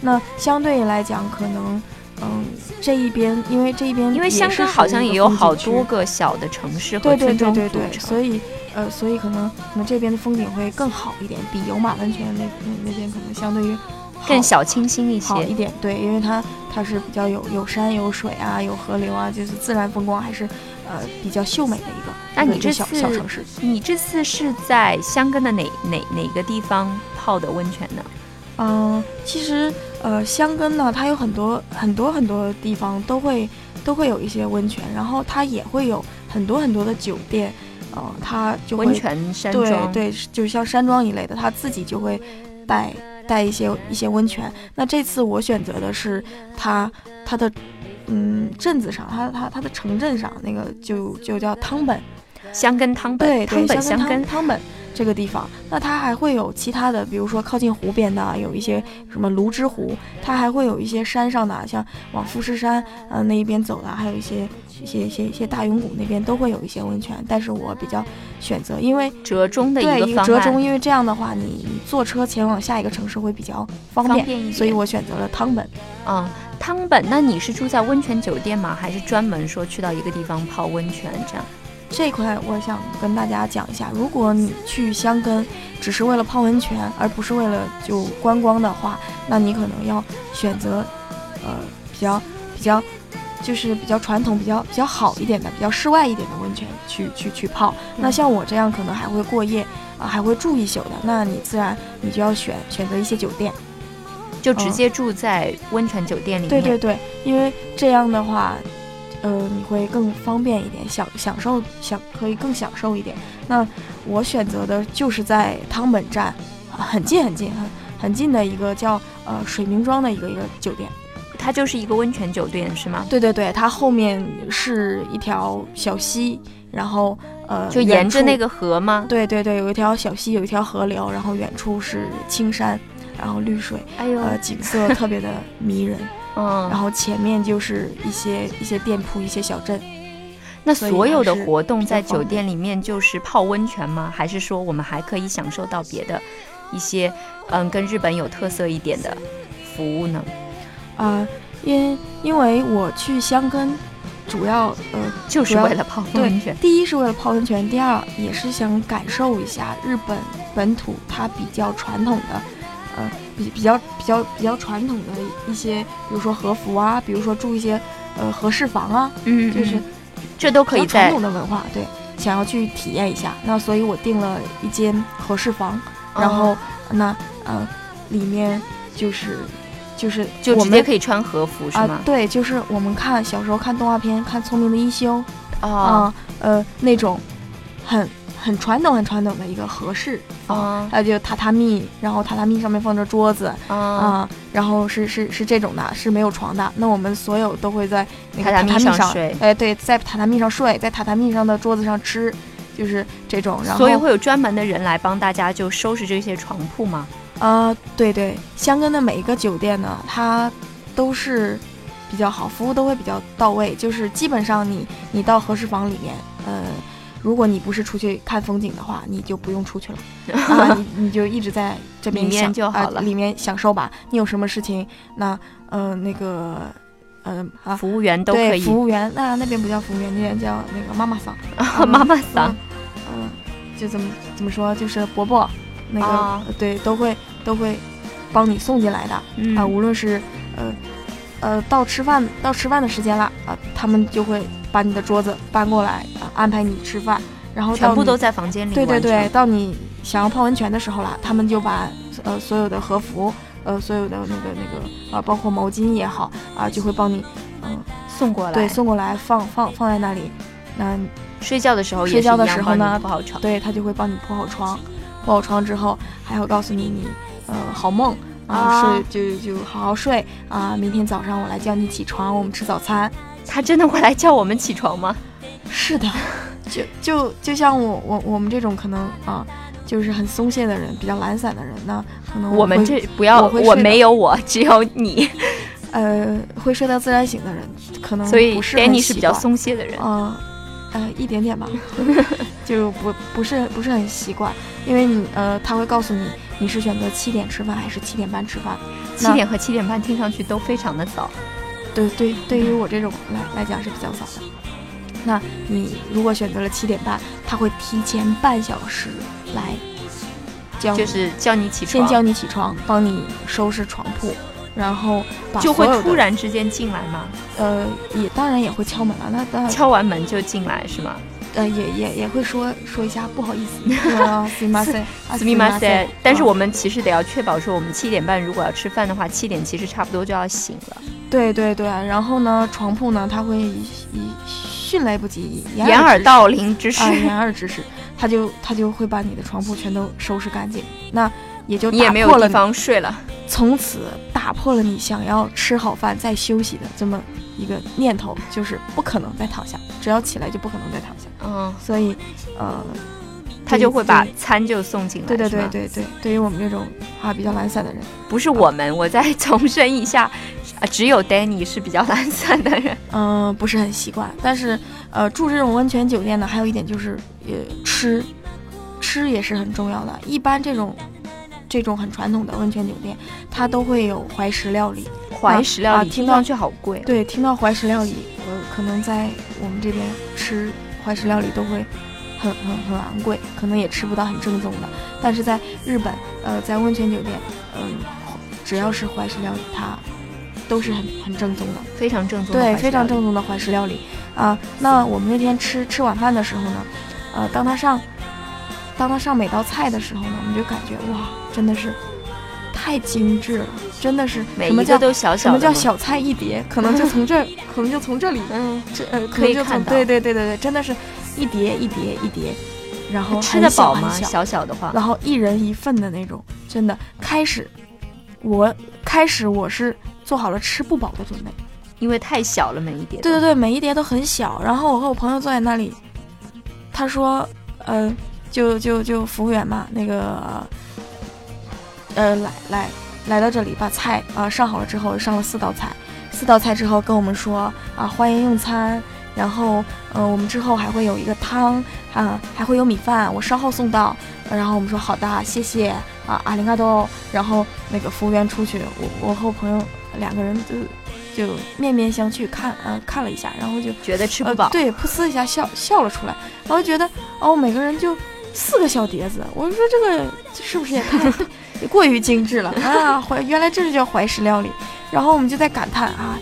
[SPEAKER 2] 那相对来讲，可能嗯，这一边因为这一边
[SPEAKER 1] 因为
[SPEAKER 2] 也
[SPEAKER 1] 香
[SPEAKER 2] 是
[SPEAKER 1] 港
[SPEAKER 2] 属
[SPEAKER 1] 好
[SPEAKER 2] 于
[SPEAKER 1] 像
[SPEAKER 2] 一
[SPEAKER 1] 也
[SPEAKER 2] 个
[SPEAKER 1] 有
[SPEAKER 2] 风景
[SPEAKER 1] 好
[SPEAKER 2] 区
[SPEAKER 1] 多个小的城市和
[SPEAKER 2] 对对
[SPEAKER 1] 村
[SPEAKER 2] 对
[SPEAKER 1] 庄
[SPEAKER 2] 对
[SPEAKER 1] 组
[SPEAKER 2] 对，
[SPEAKER 1] 成。
[SPEAKER 2] 所以呃，所以可能我们这边的风景会更好一点，比油马温泉那嗯那那边可能相对于好
[SPEAKER 1] 更小清新一
[SPEAKER 2] 好一
[SPEAKER 1] 些。
[SPEAKER 2] 点。对，因为它它是比较有有山有水啊，有河流啊，就是自然风光还是呃比较秀美的一个。
[SPEAKER 1] 那
[SPEAKER 2] 一个
[SPEAKER 1] 你
[SPEAKER 2] 一个
[SPEAKER 1] 这
[SPEAKER 2] 小
[SPEAKER 1] 次
[SPEAKER 2] 小城市，
[SPEAKER 1] 你这次是在香港的哪哪哪个地方泡的温泉呢？
[SPEAKER 2] 嗯、其实呃香根呢，它有很多很多很多地方都会都会有一些温泉，然后它也会有很多很多的酒店，呃，它就会
[SPEAKER 1] 温泉山庄。
[SPEAKER 2] 对对，就像山庄一类的，他自己就会带带一些一些温泉。那这次我选择的是他他的嗯镇子上，他他他的城镇上那个就就叫汤本，
[SPEAKER 1] 香根汤本，
[SPEAKER 2] 对
[SPEAKER 1] 汤
[SPEAKER 2] 对，
[SPEAKER 1] 本
[SPEAKER 2] 香
[SPEAKER 1] 香
[SPEAKER 2] 根
[SPEAKER 1] 根，
[SPEAKER 2] 汤本这个地方。那它还会有其他的，比如说靠近湖边的啊有一些什么芦之湖，它还会有一些山上的，啊像往富士山呃那一边走的，还有一些一些一些一些大涌谷那边都会有一些温泉。但是我比较选择，因为
[SPEAKER 1] 折中的
[SPEAKER 2] 对
[SPEAKER 1] 一个方
[SPEAKER 2] 折中，
[SPEAKER 1] 案，
[SPEAKER 2] 因为这样的话，你你坐车前往下一个城市会比较方便，
[SPEAKER 1] 方便一点。
[SPEAKER 2] 所以我选择了汤本。
[SPEAKER 1] 嗯，汤本，那你是住在温泉酒店吗？还是专门说去到一个地方泡温泉这样？
[SPEAKER 2] 这块我想跟大家讲一下，如果你去香根只是为了泡温泉，而不是为了就观光的话，那你可能要选择，呃，比较比较，就是比较传统、比较比较好一点的、比较室外一点的温泉去去去泡。那像我这样可能还会过夜啊、还会住一宿的，那你自然你就要选选择一些酒店。
[SPEAKER 1] 就直接住在温泉酒店里面。
[SPEAKER 2] 哦对对对，因为这样的话，呃，你会更方便一点，享享受享可以更享受一点。那我选择的就是在汤本站，啊很近很近很很近的一个叫呃水明庄的一个一个酒店。
[SPEAKER 1] 它就是一个温泉酒店是吗？
[SPEAKER 2] 对对对，它后面是一条小溪，然后呃
[SPEAKER 1] 就沿着那
[SPEAKER 2] 个。
[SPEAKER 1] 个河吗？
[SPEAKER 2] 对对对，有一条小溪，有一条河流，然后远处是青山，然后绿水，
[SPEAKER 1] 哎呦，
[SPEAKER 2] 呃，景色特别的迷人。
[SPEAKER 1] 嗯，
[SPEAKER 2] 然后前面就是一些一些店铺、一些小镇。
[SPEAKER 1] 那
[SPEAKER 2] 所以
[SPEAKER 1] 所有的
[SPEAKER 2] 还是
[SPEAKER 1] 活动
[SPEAKER 2] 比较
[SPEAKER 1] 在
[SPEAKER 2] 方
[SPEAKER 1] 酒店里面就是泡温泉吗？还是说我们还可以享受到别的一些嗯跟日本有特色一点的服务呢？
[SPEAKER 2] 啊，因因为我去香根，主要呃，
[SPEAKER 1] 就是
[SPEAKER 2] 主要
[SPEAKER 1] 为了泡温泉。
[SPEAKER 2] 第一是为了泡温泉，第二也是想感受一下日本本土它比较传统的，呃，比比较比较比较传统的一些，比如说和服啊，比如说住一些呃和室房啊，
[SPEAKER 1] 嗯，
[SPEAKER 2] 就是
[SPEAKER 1] 嗯这都可
[SPEAKER 2] 比
[SPEAKER 1] 以
[SPEAKER 2] 较传
[SPEAKER 1] 在
[SPEAKER 2] 统的文化，对，想要去体验一下。那所以我订了一间和室房，然后
[SPEAKER 1] 嗯
[SPEAKER 2] 那呃里面就是就是
[SPEAKER 1] 就
[SPEAKER 2] 我
[SPEAKER 1] 直接
[SPEAKER 2] 们
[SPEAKER 1] 可以穿和服是
[SPEAKER 2] 啊、
[SPEAKER 1] 吗？
[SPEAKER 2] 对，就是我们看小时候看动画片，看《聪明的一休》
[SPEAKER 1] 哦
[SPEAKER 2] 啊、呃那种很很传统、很传统的一个和室房，
[SPEAKER 1] 哦
[SPEAKER 2] 还有就榻榻米，然后榻榻米上面放着桌子
[SPEAKER 1] 哦，
[SPEAKER 2] 啊、然后是是是这种的，是没有床的。那我们所有都会在那个
[SPEAKER 1] 榻榻
[SPEAKER 2] 榻
[SPEAKER 1] 米
[SPEAKER 2] 榻米
[SPEAKER 1] 上
[SPEAKER 2] 上，
[SPEAKER 1] 睡
[SPEAKER 2] 哎，对，在榻榻米上睡，在榻榻米上的桌子上吃，就是这种。然后
[SPEAKER 1] 所以会有专门的人来帮大家就收拾这些床铺吗？
[SPEAKER 2] 呃，对对，香根的每一个酒店呢，它都是比较好，服务都会比较到位。就是基本上你你到和适房里面，呃，如果你不是出去看风景的话，你就不用 出去了啊，你你就一直在这边
[SPEAKER 1] 里面
[SPEAKER 2] 享
[SPEAKER 1] 就好
[SPEAKER 2] 啊
[SPEAKER 1] 了
[SPEAKER 2] 里面享受吧。你有什么事情，那呃那个嗯、啊。
[SPEAKER 1] 服务员都可
[SPEAKER 2] 对，
[SPEAKER 1] 以，
[SPEAKER 2] 服务员，那那边不叫服务员，那边叫那个妈 妈桑，
[SPEAKER 1] 啊妈妈桑
[SPEAKER 2] 嗯，嗯，就怎么怎么说，就是伯
[SPEAKER 1] 哦
[SPEAKER 2] 伯，那个、
[SPEAKER 1] 啊
[SPEAKER 2] 呃对，都会都会帮你送进来的啊、
[SPEAKER 1] 嗯
[SPEAKER 2] 无论是呃呃到吃饭到吃饭的时间了啊、他们就会把你的桌子搬过来啊、安排你吃饭，然后到
[SPEAKER 1] 全部
[SPEAKER 2] 你
[SPEAKER 1] 都在房间里
[SPEAKER 2] 对对
[SPEAKER 1] 完成
[SPEAKER 2] 对，到你想要泡温泉的时候了，他们就把呃所有的和服呃所有的那个那个啊、包括毛巾也好啊、就会帮你嗯、
[SPEAKER 1] 送过来，
[SPEAKER 2] 对送过来放放放在那里，那
[SPEAKER 1] 睡觉的时候也
[SPEAKER 2] 睡
[SPEAKER 1] 是
[SPEAKER 2] 觉
[SPEAKER 1] 一
[SPEAKER 2] 的
[SPEAKER 1] 样
[SPEAKER 2] 时候
[SPEAKER 1] 帮你
[SPEAKER 2] 呢
[SPEAKER 1] 铺好床。
[SPEAKER 2] 对他就会帮你铺好床，铺好床之后还会告诉你你呃好梦
[SPEAKER 1] 啊
[SPEAKER 2] 啊睡就就好好睡啊，明天早上我来叫你起床，我们吃早餐。
[SPEAKER 1] 他真的会来叫我们起床吗？
[SPEAKER 2] 是的， 就就就像我我我们这种可能啊，就是很松懈的人，比较懒散的人呢，可能
[SPEAKER 1] 我们
[SPEAKER 2] 嗯会
[SPEAKER 1] 这不要，
[SPEAKER 2] 我会睡
[SPEAKER 1] 我
[SPEAKER 2] 的
[SPEAKER 1] 没有我，只有你，
[SPEAKER 2] 呃会睡到自然醒的人，可能
[SPEAKER 1] 所以
[SPEAKER 2] 嗯不是很
[SPEAKER 1] Danny 是
[SPEAKER 2] 习
[SPEAKER 1] 比较
[SPEAKER 2] 惯
[SPEAKER 1] 松懈的人。
[SPEAKER 2] 呃，呃，一 点点吧，就不不是不是很习惯，因为你呃，他会告诉你你是选择七点吃饭还是七点半吃饭。
[SPEAKER 1] 七点和七点半听上去都非常的早，
[SPEAKER 2] 对对，对于我这种来来讲是比较早的。那你如果选择了七点半，他会提前半小时来教，
[SPEAKER 1] 就是叫你起
[SPEAKER 2] 哦先
[SPEAKER 1] 床，
[SPEAKER 2] 叫你起床，帮你收拾床铺，然后把
[SPEAKER 1] 就会
[SPEAKER 2] 所有的
[SPEAKER 1] 突然之间进来吗？
[SPEAKER 2] 呃，也当然也会敲门了。啊那那
[SPEAKER 1] 敲完门就进来是吗？
[SPEAKER 2] 呃也也也会说说一下不好意思，啊，すみま せん，啊
[SPEAKER 1] すみません。但是
[SPEAKER 2] 啊
[SPEAKER 1] 我们其实得要确保说，我们七点半如果要吃饭的话，七点其实差不多就要醒了，
[SPEAKER 2] 对对对，然后呢，床铺呢，他会以以迅雷不及掩
[SPEAKER 1] 掩耳
[SPEAKER 2] 之
[SPEAKER 1] 盗铃之势
[SPEAKER 2] 啊，，掩耳之势，他就他就会把你的床铺全都收拾干净，那也就
[SPEAKER 1] 你也
[SPEAKER 2] 打
[SPEAKER 1] 没
[SPEAKER 2] 破
[SPEAKER 1] 有
[SPEAKER 2] 了
[SPEAKER 1] 地
[SPEAKER 2] 你，
[SPEAKER 1] 方睡了。
[SPEAKER 2] 从此打破了你想要吃好饭再休息的这么一个念头，就是不可能再躺下，只要起来就不可能再躺下，
[SPEAKER 1] 嗯，
[SPEAKER 2] 所以，呃，
[SPEAKER 1] 他就会把
[SPEAKER 2] 对
[SPEAKER 1] 餐就送进来。
[SPEAKER 2] 对对
[SPEAKER 1] 是吗
[SPEAKER 2] 对对对，对于我们这种啊比较懒散的人，
[SPEAKER 1] 不是我们，我再 重申一下，啊，只有 Danny 是比较懒散的人。
[SPEAKER 2] 嗯、不是很习惯。但是，呃，住这种温泉酒店呢，还有一点就是，呃，吃，吃也是很重要的。一般这种，这种很传统的温泉酒店，它都会有怀石料理。
[SPEAKER 1] 怀石料
[SPEAKER 2] 啊
[SPEAKER 1] 理
[SPEAKER 2] 听
[SPEAKER 1] 听
[SPEAKER 2] 到
[SPEAKER 1] 上去好贵啊。
[SPEAKER 2] 对，听到怀石料理，我可能在我们这边吃怀石料理都会很很很昂贵，可能也吃不到很正宗的。但是在日本，呃，在温泉酒店，嗯、只要是怀石料理，它都是很很正宗的。
[SPEAKER 1] 非常正宗的怀石料
[SPEAKER 2] 对，
[SPEAKER 1] 理，
[SPEAKER 2] 非常正宗的怀石料理啊。那我们那天吃吃晚饭的时候呢，呃，当他上当他上每道菜的时候呢，我们就感觉哇，真的是太精致了，真的是
[SPEAKER 1] 每
[SPEAKER 2] 什么
[SPEAKER 1] 一
[SPEAKER 2] 叫
[SPEAKER 1] 个都小
[SPEAKER 2] 什
[SPEAKER 1] 小
[SPEAKER 2] 么
[SPEAKER 1] 的
[SPEAKER 2] 叫
[SPEAKER 1] 吗
[SPEAKER 2] 小菜一碟，可能就从这，可能就从这里，
[SPEAKER 1] 嗯，
[SPEAKER 2] 这呃，
[SPEAKER 1] 可以
[SPEAKER 2] 能就从
[SPEAKER 1] 看到
[SPEAKER 2] 对对对对对，真的是一碟一碟一碟，然后
[SPEAKER 1] 吃
[SPEAKER 2] 哦很
[SPEAKER 1] 得
[SPEAKER 2] 小
[SPEAKER 1] 饱
[SPEAKER 2] 很
[SPEAKER 1] 吗？
[SPEAKER 2] 小嗯
[SPEAKER 1] 小小的话，
[SPEAKER 2] 然后一人一份的那种，真的。开始我开始我是做好了吃不饱的准备。
[SPEAKER 1] 因为太小了，每一碟都。
[SPEAKER 2] 对对对，每一碟都很小。然后我和我朋友坐在那里，他说，呃，就就就服务员嘛，那个，呃，来来来到这里，把菜啊、上好了之后，上了四道菜，四道菜之后跟我们说啊、欢迎用餐。然后，呃，我们之后还会有一个汤啊、还会有米饭，我稍后送到。然后我们说好的，谢谢啊，阿林嘎多。然后那个服务员出去，我我和我朋友两个人就就面面相觑看，啊、看了一下，然后就
[SPEAKER 1] 觉得吃不饱
[SPEAKER 2] 呃，，对，噗呲一下笑笑了出来，然后觉得哦，每个人就四个小碟子，我说这个这是不是也太也过于精致了 啊？怀原来这就叫怀石料理，然后我们就在感叹啊，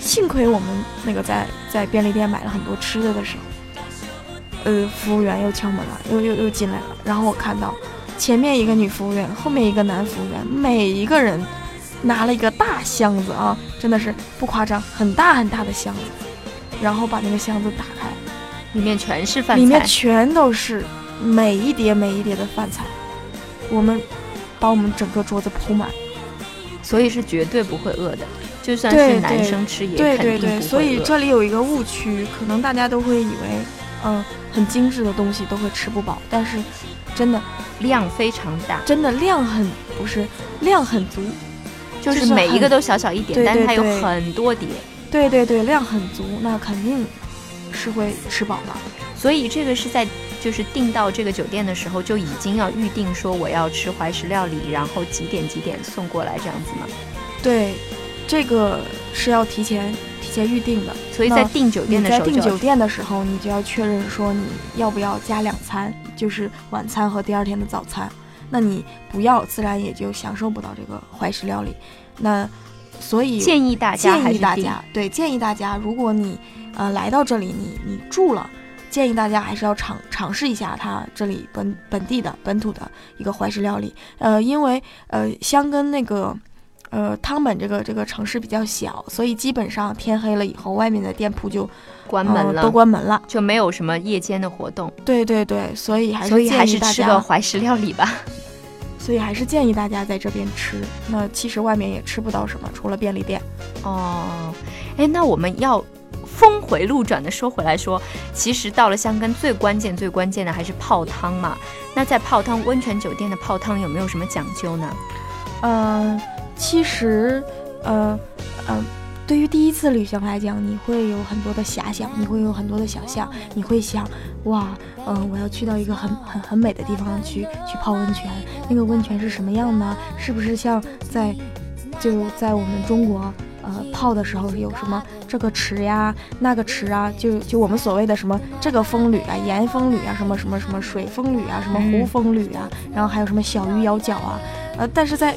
[SPEAKER 2] 幸亏我们那个在在便利店买了很多吃的的时候，呃，服务员又敲门了，又又又进来了，然后我看到前面一个女服务员，后面一个男服务员，每一个人。拿了一个大箱子啊，真的是不夸张，很大很大的箱子。然后把那个箱子打开，
[SPEAKER 1] 里面全是饭菜，
[SPEAKER 2] 里面全都是每一碟每一碟的饭菜，我们把我们整个桌子铺满。
[SPEAKER 1] 所以是绝对不会饿的。就算
[SPEAKER 2] 对
[SPEAKER 1] 是
[SPEAKER 2] 对
[SPEAKER 1] 男生吃也
[SPEAKER 2] 对
[SPEAKER 1] 肯
[SPEAKER 2] 对
[SPEAKER 1] 定不会
[SPEAKER 2] 对，
[SPEAKER 1] 饿。
[SPEAKER 2] 所以这里有一个误区，可能大家都会以为，嗯、很精致的东西都会吃不饱，但是真的
[SPEAKER 1] 量非常大，
[SPEAKER 2] 真的量很不是量很足，
[SPEAKER 1] 就
[SPEAKER 2] 就是是
[SPEAKER 1] 每一
[SPEAKER 2] 很
[SPEAKER 1] 个都小小一点，
[SPEAKER 2] 对
[SPEAKER 1] 但
[SPEAKER 2] 对
[SPEAKER 1] 是它有
[SPEAKER 2] 对
[SPEAKER 1] 很多碟。
[SPEAKER 2] 对对对，量很足，那肯定是会吃饱的。
[SPEAKER 1] 所以这个是在就是订到这个酒店的时候就已经要预定说我要吃怀石料理，然后几点几点送过来这样子嘛。
[SPEAKER 2] 对，这个是要提前提前预定的。
[SPEAKER 1] 所以
[SPEAKER 2] 那
[SPEAKER 1] 在订酒店
[SPEAKER 2] 你
[SPEAKER 1] 的时
[SPEAKER 2] 在
[SPEAKER 1] 候就
[SPEAKER 2] 订
[SPEAKER 1] 要
[SPEAKER 2] 酒店的时候，你就要确认说你要不要加两餐，就是晚餐和第二天的早餐。那你不要，自然也就享受不到这个怀石料理。那所以
[SPEAKER 1] 建议大家还
[SPEAKER 2] 建议
[SPEAKER 1] 是
[SPEAKER 2] 大
[SPEAKER 1] 订
[SPEAKER 2] 家，对，建议大家，如果你呃来到这里，你你住了，建议大家还是要尝尝试一下它这里本本地的本土的一个怀石料理。呃，因为呃香根那个呃汤本这个这个城市比较小，所以基本上天黑了以后，外面的店铺就
[SPEAKER 1] 关门
[SPEAKER 2] 呃
[SPEAKER 1] 了，
[SPEAKER 2] 都关门了。
[SPEAKER 1] 就没有什么夜间的活动，
[SPEAKER 2] 对对对，所以还
[SPEAKER 1] 所
[SPEAKER 2] 是
[SPEAKER 1] 以还
[SPEAKER 2] 建
[SPEAKER 1] 是
[SPEAKER 2] 议大
[SPEAKER 1] 吃个
[SPEAKER 2] 家，
[SPEAKER 1] 怀石料理吧。
[SPEAKER 2] 所以还是建议大家在这边吃。那其实外面也吃不到什么，除了便利店。
[SPEAKER 1] 哦，哎，那我们要峰回路转的说回来说，其实到了香根最关键、最关键的还是泡汤嘛。那在泡汤，温泉酒店的泡汤有没有什么讲究呢？
[SPEAKER 2] 嗯，其实，呃，嗯、对于第一次旅行来讲，你会有很多的遐想，你会有很多的想象，你会想，哇，嗯、我要去到一个很很很美的地方去去泡温泉，那个温泉是什么样呢？是不是像在就在我们中国呃泡的时候有什么这个池呀、那个池啊，就就我们所谓的什么这个风吕啊、盐风吕啊、什么什么什么水风吕啊、什么湖风吕啊，然后还有什么小鱼摇脚啊，呃，但是在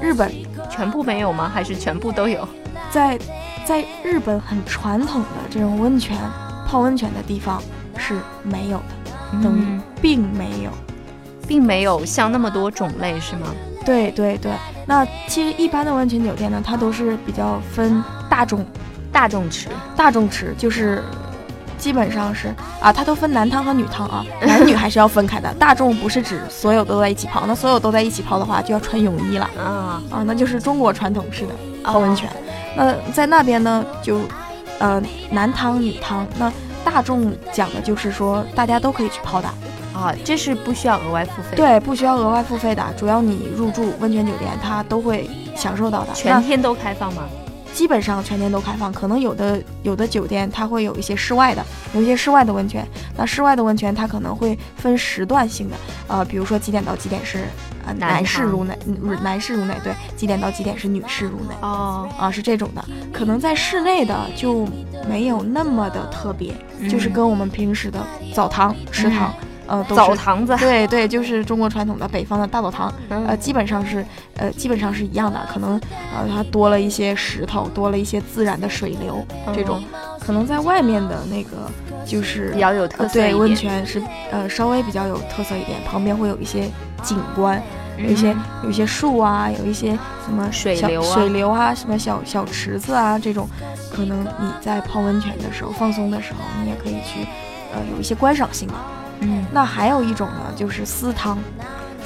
[SPEAKER 2] 日本，
[SPEAKER 1] 全部没有吗？还是全部都有？
[SPEAKER 2] 在在日本很传统的这种温泉泡温泉的地方是没有的，等于
[SPEAKER 1] 嗯，
[SPEAKER 2] 并没有。
[SPEAKER 1] 并没有像那么多种类是吗？
[SPEAKER 2] 对对对，那其实一般的温泉酒店呢，它都是比较分大众
[SPEAKER 1] 大众池，
[SPEAKER 2] 大众池，就是基本上是啊，它都分男汤和女汤啊，男女还是要分开的。大众不是指所有都在一起泡，那所有都在一起泡的话，就要穿泳衣了
[SPEAKER 1] 啊，
[SPEAKER 2] 啊，那就是中国传统式的泡
[SPEAKER 1] 哦
[SPEAKER 2] 温泉。那在那边呢，就呃男汤女汤，那大众讲的就是说大家都可以去泡的，
[SPEAKER 1] 啊，这是不需要额外付费，，
[SPEAKER 2] 对，不需要额外付费的，主要你入住温泉酒店，它都会享受到的。那
[SPEAKER 1] 全天都开放
[SPEAKER 2] 啊
[SPEAKER 1] 吗？
[SPEAKER 2] 基本上全年都开放，可能有的有的酒店它会有一些室外的，有一些室外的温泉。那室外的温泉它可能会分时段性的，呃，比如说几点到几点是呃
[SPEAKER 1] 男
[SPEAKER 2] 男士
[SPEAKER 1] 汤啊
[SPEAKER 2] 入内，嗯男士入内，对，几点到几点是女士入内，
[SPEAKER 1] 哦，
[SPEAKER 2] 啊，是这种的。可能在室内的就没有那么的特别，就是
[SPEAKER 1] 嗯
[SPEAKER 2] 跟我们平时的澡堂、池塘，呃，都
[SPEAKER 1] 澡
[SPEAKER 2] 是。
[SPEAKER 1] 堂子，
[SPEAKER 2] 对对，就是中国传统的北方的大澡堂，呃，
[SPEAKER 1] 嗯
[SPEAKER 2] 基本上是呃，基本上是一样的，可能呃，它多了一些石头，多了一些自然的水流，
[SPEAKER 1] 嗯
[SPEAKER 2] 这种可能在外面的那个就是
[SPEAKER 1] 比较有
[SPEAKER 2] 呃
[SPEAKER 1] 特色一
[SPEAKER 2] 对
[SPEAKER 1] 点
[SPEAKER 2] 温，泉是呃稍微比较有特色一点，旁边会有一些景观，有一些
[SPEAKER 1] 嗯
[SPEAKER 2] 有一些树啊，有一些什么
[SPEAKER 1] 水
[SPEAKER 2] 小
[SPEAKER 1] 流啊
[SPEAKER 2] 水流啊，什么小小池子啊这种，可能你在泡温泉的时候放松的时候，你也可以去呃有一些观赏性的。
[SPEAKER 1] 嗯
[SPEAKER 2] 那还有一种呢，就是私汤，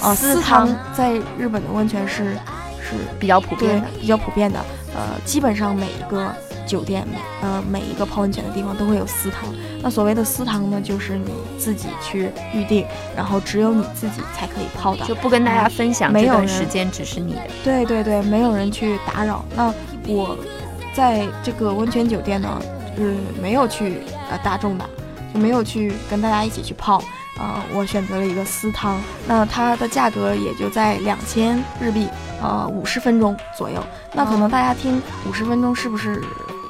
[SPEAKER 2] 啊，
[SPEAKER 1] 私
[SPEAKER 2] 私汤在日本的温泉是是
[SPEAKER 1] 比较普
[SPEAKER 2] 对
[SPEAKER 1] 遍的，
[SPEAKER 2] 比较普遍的，呃，基本上每一个酒店每呃每一个泡温泉的地方都会有私汤。那所谓的私汤呢，就是你自己去预定，然后只有你自己才可以泡的。
[SPEAKER 1] 就不跟大家分享
[SPEAKER 2] 没
[SPEAKER 1] 这
[SPEAKER 2] 有
[SPEAKER 1] 段
[SPEAKER 2] 人
[SPEAKER 1] 时间只是你的，
[SPEAKER 2] 对对对，没有人去打扰。那我在这个温泉酒店呢，嗯，没有去呃大众的，就没有去跟大家一起去泡。啊、我选择了一个私汤，那它的价格也就在两千日币，呃，五十分钟左右。那可能大家听五十分钟是不是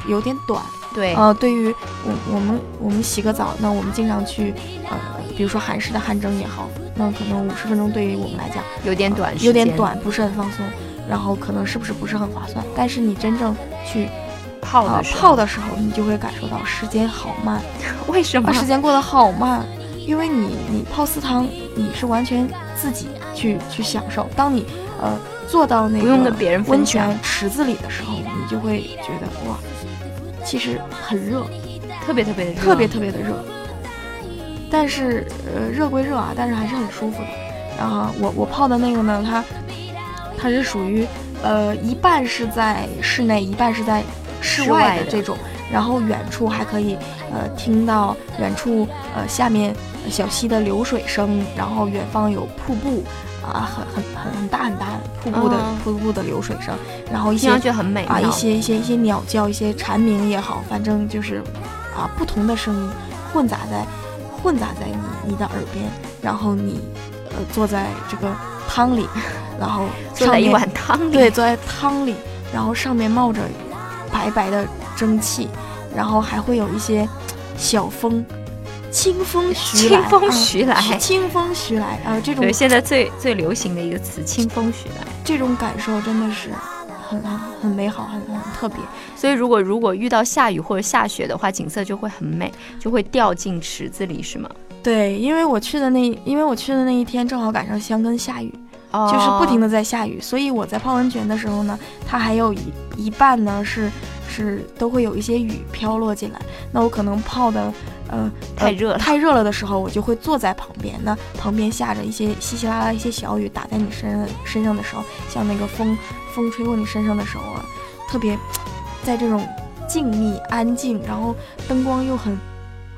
[SPEAKER 2] 有点短？
[SPEAKER 1] 对，
[SPEAKER 2] 呃，对于我我们我们洗个澡，那我们经常去，呃，比如说韩式的汗蒸也好，那可能五十分钟对于我们来讲。
[SPEAKER 1] 有点短时间，
[SPEAKER 2] 有点，短，不是很放松，然后可能是不是不是很划算？但是你真正去
[SPEAKER 1] 泡
[SPEAKER 2] 呃
[SPEAKER 1] 的时候
[SPEAKER 2] 泡的时候，你就会感受到时间好慢，
[SPEAKER 1] 为什么
[SPEAKER 2] 啊，？时间过得好慢，因为你你泡私汤，你是完全自己去去享受。当你呃坐到 那
[SPEAKER 1] 不用
[SPEAKER 2] 个
[SPEAKER 1] 跟别人
[SPEAKER 2] 温
[SPEAKER 1] 分享
[SPEAKER 2] 泉池子里的时候，你就会觉得哇，其实很热，
[SPEAKER 1] 特别特别的热
[SPEAKER 2] 特别特别的热。但是呃，热归热啊，但是还是很舒服的。然后我我泡的那个呢，它它是属于呃一半是在室内，一半是在室
[SPEAKER 1] 室
[SPEAKER 2] 外
[SPEAKER 1] 外
[SPEAKER 2] 的
[SPEAKER 1] 的
[SPEAKER 2] 这种。然后远处还可以呃听到远处呃下面呃小溪的流水声，然后远方有瀑布啊，很很很很大很大的瀑布的、
[SPEAKER 1] 嗯
[SPEAKER 2] 瀑布的流水声，然后一
[SPEAKER 1] 听
[SPEAKER 2] 些
[SPEAKER 1] 上去很美
[SPEAKER 2] 啊，一
[SPEAKER 1] 妙
[SPEAKER 2] 些一些一些鸟叫，一些蝉鸣也好，反正就是啊，不同的声音混杂在混杂在你你的耳边，然后你呃坐在这个汤里，然后
[SPEAKER 1] 坐
[SPEAKER 2] 上
[SPEAKER 1] 在
[SPEAKER 2] 面
[SPEAKER 1] 一碗汤里，
[SPEAKER 2] 对，坐在汤里，然后上面冒着白白的蒸汽，然后还会有一些小风，清风徐来，
[SPEAKER 1] 呃清风
[SPEAKER 2] 啊
[SPEAKER 1] 徐来
[SPEAKER 2] 清风徐来啊，这种
[SPEAKER 1] 对，现在最最流行的一个词“清风徐来
[SPEAKER 2] 这种感受真的是很很很美好，很很特别。”，
[SPEAKER 1] 所以如果如果遇到下雨或者下雪的话，景色就会很美，就会掉进池子里，是吗？
[SPEAKER 2] 对，因为我去的那，因为我去的那一天正好赶上香根下雨，
[SPEAKER 1] 哦
[SPEAKER 2] 就是不停的在下雨，所以我在泡温泉的时候呢，它还有一一半呢是是都会有一些雨飘落进来，那我可能泡的呃
[SPEAKER 1] 太热
[SPEAKER 2] 呃
[SPEAKER 1] 了
[SPEAKER 2] 太热了的时候，我就会坐在旁边，那旁边下着一些稀稀拉拉一些小雨打在你身上身上的时候，像那个风风吹过你身上的时候啊，特别在这种静谧安静，然后灯光又很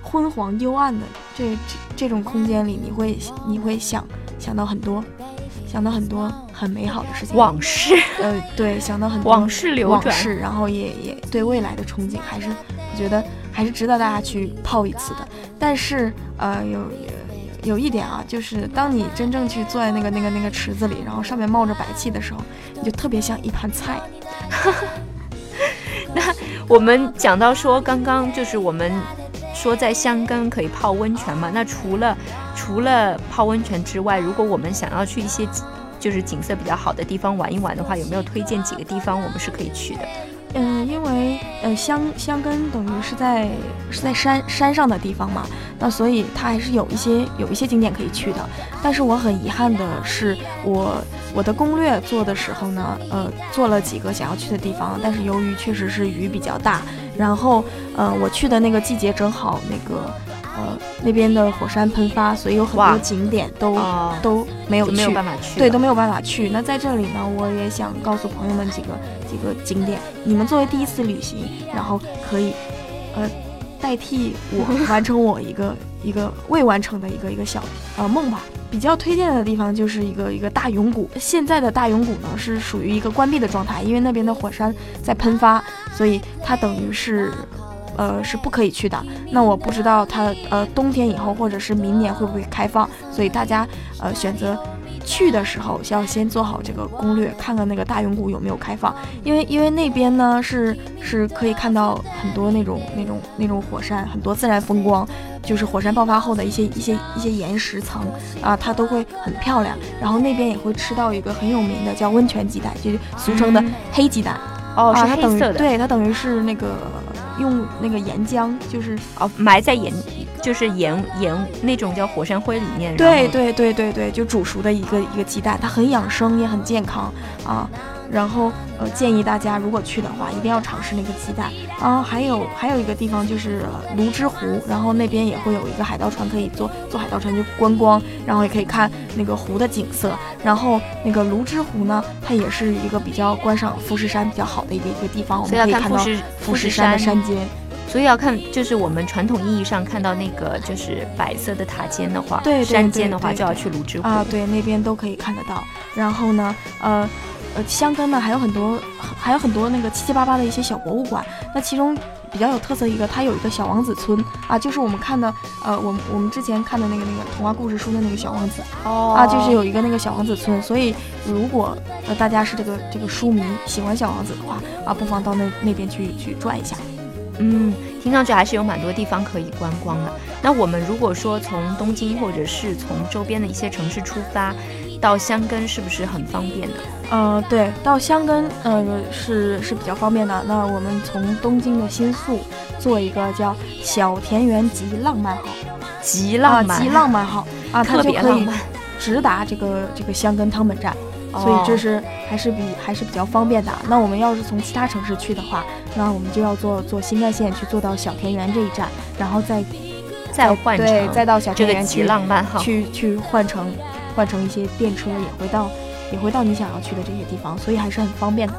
[SPEAKER 2] 昏黄幽暗的这这这种空间里，你会你会想想到很多，想到很多很美好的事情。
[SPEAKER 1] 往事，
[SPEAKER 2] 呃，对，想到很多
[SPEAKER 1] 往事流
[SPEAKER 2] 往
[SPEAKER 1] 转，
[SPEAKER 2] 事，然后也也对未来的憧憬，还是我觉得还是值得大家去泡一次的。但是呃，有有有一点啊，就是当你真正去坐在那个那个那个池子里，然后上面冒着白气的时候，你就特别像一盘菜。
[SPEAKER 1] 我们讲到说，刚刚就是我们说在香根可以泡温泉嘛，那除了除了泡温泉之外，如果我们想要去一些就是景色比较好的地方玩一玩的话，有没有推荐几个地方我们是可以去的？
[SPEAKER 2] 嗯，因为呃香香根等于是在是在山山上的地方嘛，那所以它还是有一些有一些景点可以去的。但是我很遗憾的是，我我的攻略做的时候呢，呃做了几个想要去的地方，但是由于确实是雨比较大，然后呃我去的那个季节正好那个呃那边的火山喷发，所以有很
[SPEAKER 1] 哇
[SPEAKER 2] 多景点都、
[SPEAKER 1] 哦
[SPEAKER 2] 都没有
[SPEAKER 1] 就
[SPEAKER 2] 去，
[SPEAKER 1] 没有办法去了，
[SPEAKER 2] 对，都没有办法去。那在这里呢，我也想告诉朋友们几个几个景点，你们作为第一次旅行，然后可以，呃，代替 我完成我一个一个未完成的一个一个小呃梦吧。比较推荐的地方就是一个一个大涌谷，现在的大涌谷呢是属于一个关闭的状态，因为那边的火山在喷发，所以它等于是。呃，是不可以去的。那我不知道它呃冬天以后或者是明年会不会开放，所以大家呃选择去的时候要先做好这个攻略，看看那个大涌谷有没有开放，因为因为那边呢是是可以看到很多那种那种那种火山，很多自然风光，就是火山爆发后的一些一些一些岩石层啊，它都会很漂亮。然后那边也会吃到一个很有名的叫温泉鸡蛋，就是俗称的
[SPEAKER 1] 嗯
[SPEAKER 2] 黑鸡蛋、
[SPEAKER 1] 哦，是
[SPEAKER 2] 啊，它等
[SPEAKER 1] 黑
[SPEAKER 2] 于
[SPEAKER 1] 色的，
[SPEAKER 2] 对它等于是那个用那个岩浆，就是
[SPEAKER 1] 哦，埋在岩就是岩岩那种叫火山灰里面，然
[SPEAKER 2] 对
[SPEAKER 1] 后
[SPEAKER 2] 对对对对，就煮熟的一个一个鸡蛋，它很养生也很健康啊。然后呃，建议大家如果去的话，一定要尝试那个鸡蛋。啊，还有还有一个地方就是呃泸沽湖，然后那边也会有一个海盗船，可以坐坐海盗船去观光，然后也可以看那个湖的景色。然后那个泸沽湖呢，它也是一个比较观赏富士山比较好的一个一个地方，我
[SPEAKER 1] 所
[SPEAKER 2] 们
[SPEAKER 1] 以要
[SPEAKER 2] 可以
[SPEAKER 1] 看
[SPEAKER 2] 看
[SPEAKER 1] 富
[SPEAKER 2] 到
[SPEAKER 1] 士
[SPEAKER 2] 富士山
[SPEAKER 1] 山
[SPEAKER 2] 的山间。
[SPEAKER 1] 所以要看，就是我们传统意义上看到那个就是白色的塔尖的话，
[SPEAKER 2] 对对
[SPEAKER 1] 山间的话
[SPEAKER 2] 对对
[SPEAKER 1] 就要去泸沽湖
[SPEAKER 2] 啊，对，那边都可以看得到。然后呢，呃，呃，香根呢还有很多，还有很多那个七七八八的一些小博物馆。那其中比较有特色一个，它有一个小王子村啊，就是我们看的，呃，我们我们之前看的那个那个童话故事书的那个小王子
[SPEAKER 1] 哦
[SPEAKER 2] 啊，就是有一个那个小王子村。所以如果呃大家是这个这个书迷，喜欢小王子的话啊，不妨到那那边去去转一下。
[SPEAKER 1] 嗯，听上去还是有蛮多地方可以观光的。那我们如果说从东京或者是从周边的一些城市出发，到箱根是不是很方便呢？
[SPEAKER 2] 呃，对，到箱根呃是是比较方便的。那我们从东京的新宿做一个叫小田园极浪漫号，
[SPEAKER 1] 极浪
[SPEAKER 2] 啊
[SPEAKER 1] 漫，
[SPEAKER 2] 极浪漫号啊，它
[SPEAKER 1] 特
[SPEAKER 2] 就
[SPEAKER 1] 别
[SPEAKER 2] 可
[SPEAKER 1] 浪
[SPEAKER 2] 以
[SPEAKER 1] 漫，
[SPEAKER 2] 直达这个这个箱根汤本站，
[SPEAKER 1] 哦
[SPEAKER 2] 所以这是还是比还是比较方便的。那我们要是从其他城市去的话，那我们就要坐坐新干线去坐到小田园这一站，然后再
[SPEAKER 1] 再换乘
[SPEAKER 2] 哦对再到小
[SPEAKER 1] 这
[SPEAKER 2] 田
[SPEAKER 1] 个
[SPEAKER 2] 园
[SPEAKER 1] 极
[SPEAKER 2] 去
[SPEAKER 1] 浪漫号。
[SPEAKER 2] 去去换乘换乘一些电车，也会到也会到你想要去的这些地方，所以还是很方便的。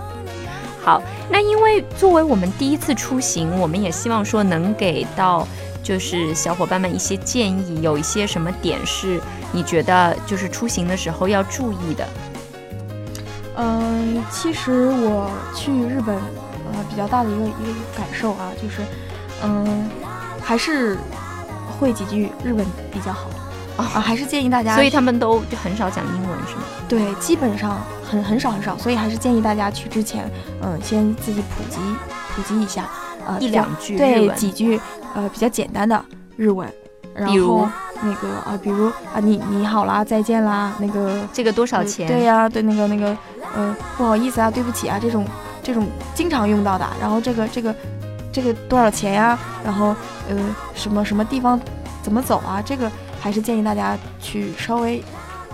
[SPEAKER 1] 好，那因为作为我们第一次出行，我们也希望说能给到就是小伙伴们一些建议，有一些什么点是你觉得就是出行的时候要注意的？
[SPEAKER 2] 嗯，其实我去日本，呃，比较大的一个一个感受啊，就是，嗯，还是会几句日文比较好啊、还是建议大家，
[SPEAKER 1] 哦所以他们都就很少讲英文，是吗？
[SPEAKER 2] 对，基本上很很少很少，所以还是建议大家去之前，嗯、先自己普及普及一下，呃，
[SPEAKER 1] 一
[SPEAKER 2] 做
[SPEAKER 1] 两句日
[SPEAKER 2] 对
[SPEAKER 1] 文，
[SPEAKER 2] 几句呃比较简单的日文，然
[SPEAKER 1] 比如
[SPEAKER 2] 后那个啊、比如啊，你你好啦，再见啦，那个
[SPEAKER 1] 这个多少
[SPEAKER 2] 嗯
[SPEAKER 1] 钱？
[SPEAKER 2] 对呀、对那个那个，呃，不好意思啊，对不起啊，这种这种经常用到的。然后这个这个这个多少钱呀、然后呃，什么什么地方怎么走啊？这个还是建议大家去稍微，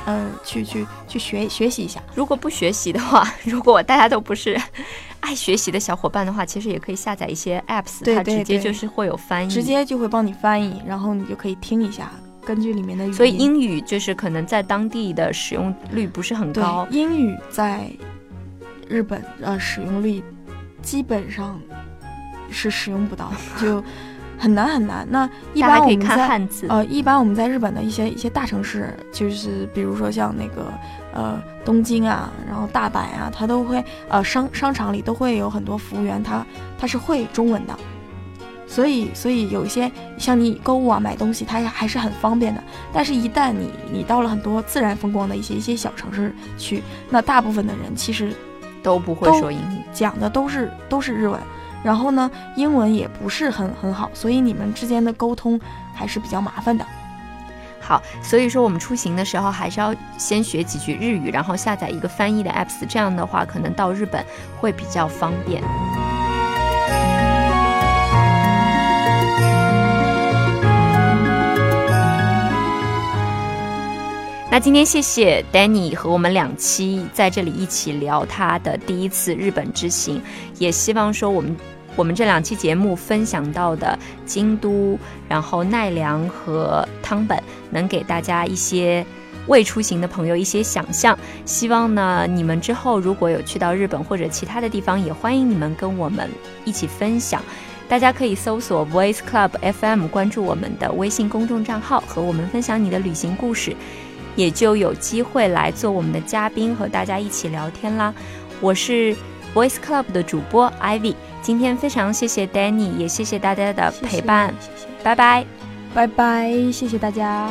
[SPEAKER 2] 呃，去去去学学习一下。
[SPEAKER 1] 如果不学习的话， 如果大家都不是 爱学习的小伙伴的话，其实也可以下载一些 apps，
[SPEAKER 2] 对
[SPEAKER 1] 它
[SPEAKER 2] 对
[SPEAKER 1] 直接
[SPEAKER 2] 对
[SPEAKER 1] 就是会有翻译。
[SPEAKER 2] 直接就会帮你翻译，然后你就可以听一下，根据里面的语音。
[SPEAKER 1] 所以英语就是可能在当地的使用率不是很
[SPEAKER 2] 对
[SPEAKER 1] 高，
[SPEAKER 2] 英语在日本呃使用率基本上是使用不到的， 就很难很难。那一
[SPEAKER 1] 大
[SPEAKER 2] 般
[SPEAKER 1] 家
[SPEAKER 2] 我
[SPEAKER 1] 可以
[SPEAKER 2] 们
[SPEAKER 1] 看
[SPEAKER 2] 在
[SPEAKER 1] 汉字。
[SPEAKER 2] 呃，一般我们在日本的一些一些大城市，就是比如说像那个呃东京啊，然后大阪啊，它都会呃商商场里都会有很多服务员，他他是会中文的。所以，所以有一些像你购物啊、买东西，它还是很方便的。但是，一旦你你到了很多自然风光的一些一些小城市去，那大部分的人其实
[SPEAKER 1] 都不会
[SPEAKER 2] 都
[SPEAKER 1] 说英语。
[SPEAKER 2] 讲的都是都是日文，然后呢，英文也不是很很好，所以你们之间的沟通还是比较麻烦的。
[SPEAKER 1] 好，所以说我们出行的时候还是要先学几句日语，然后下载一个翻译的 apps，这样的话可能到日本会比较方便。那今天谢谢 Danny 和我们两期在这里一起聊他的第一次日本之行，也希望说我们我们这两期节目分享到的京都，然后奈良和汤本，能给大家一些未出行的朋友一些想象。希望呢你们之后如果有去到日本或者其他的地方，也欢迎你们跟我们一起分享。大家可以搜索 Voice Club FM，关注我们的微信公众账号，和我们分享你的旅行故事。也就有机会来做我们的嘉宾，和大家一起聊天啦。我是 Voice Club 的主播 Ivy，今天非常谢谢呃 Danny，也谢谢大家的陪伴，
[SPEAKER 2] 谢谢
[SPEAKER 1] 拜拜。
[SPEAKER 2] 拜拜，谢谢大家。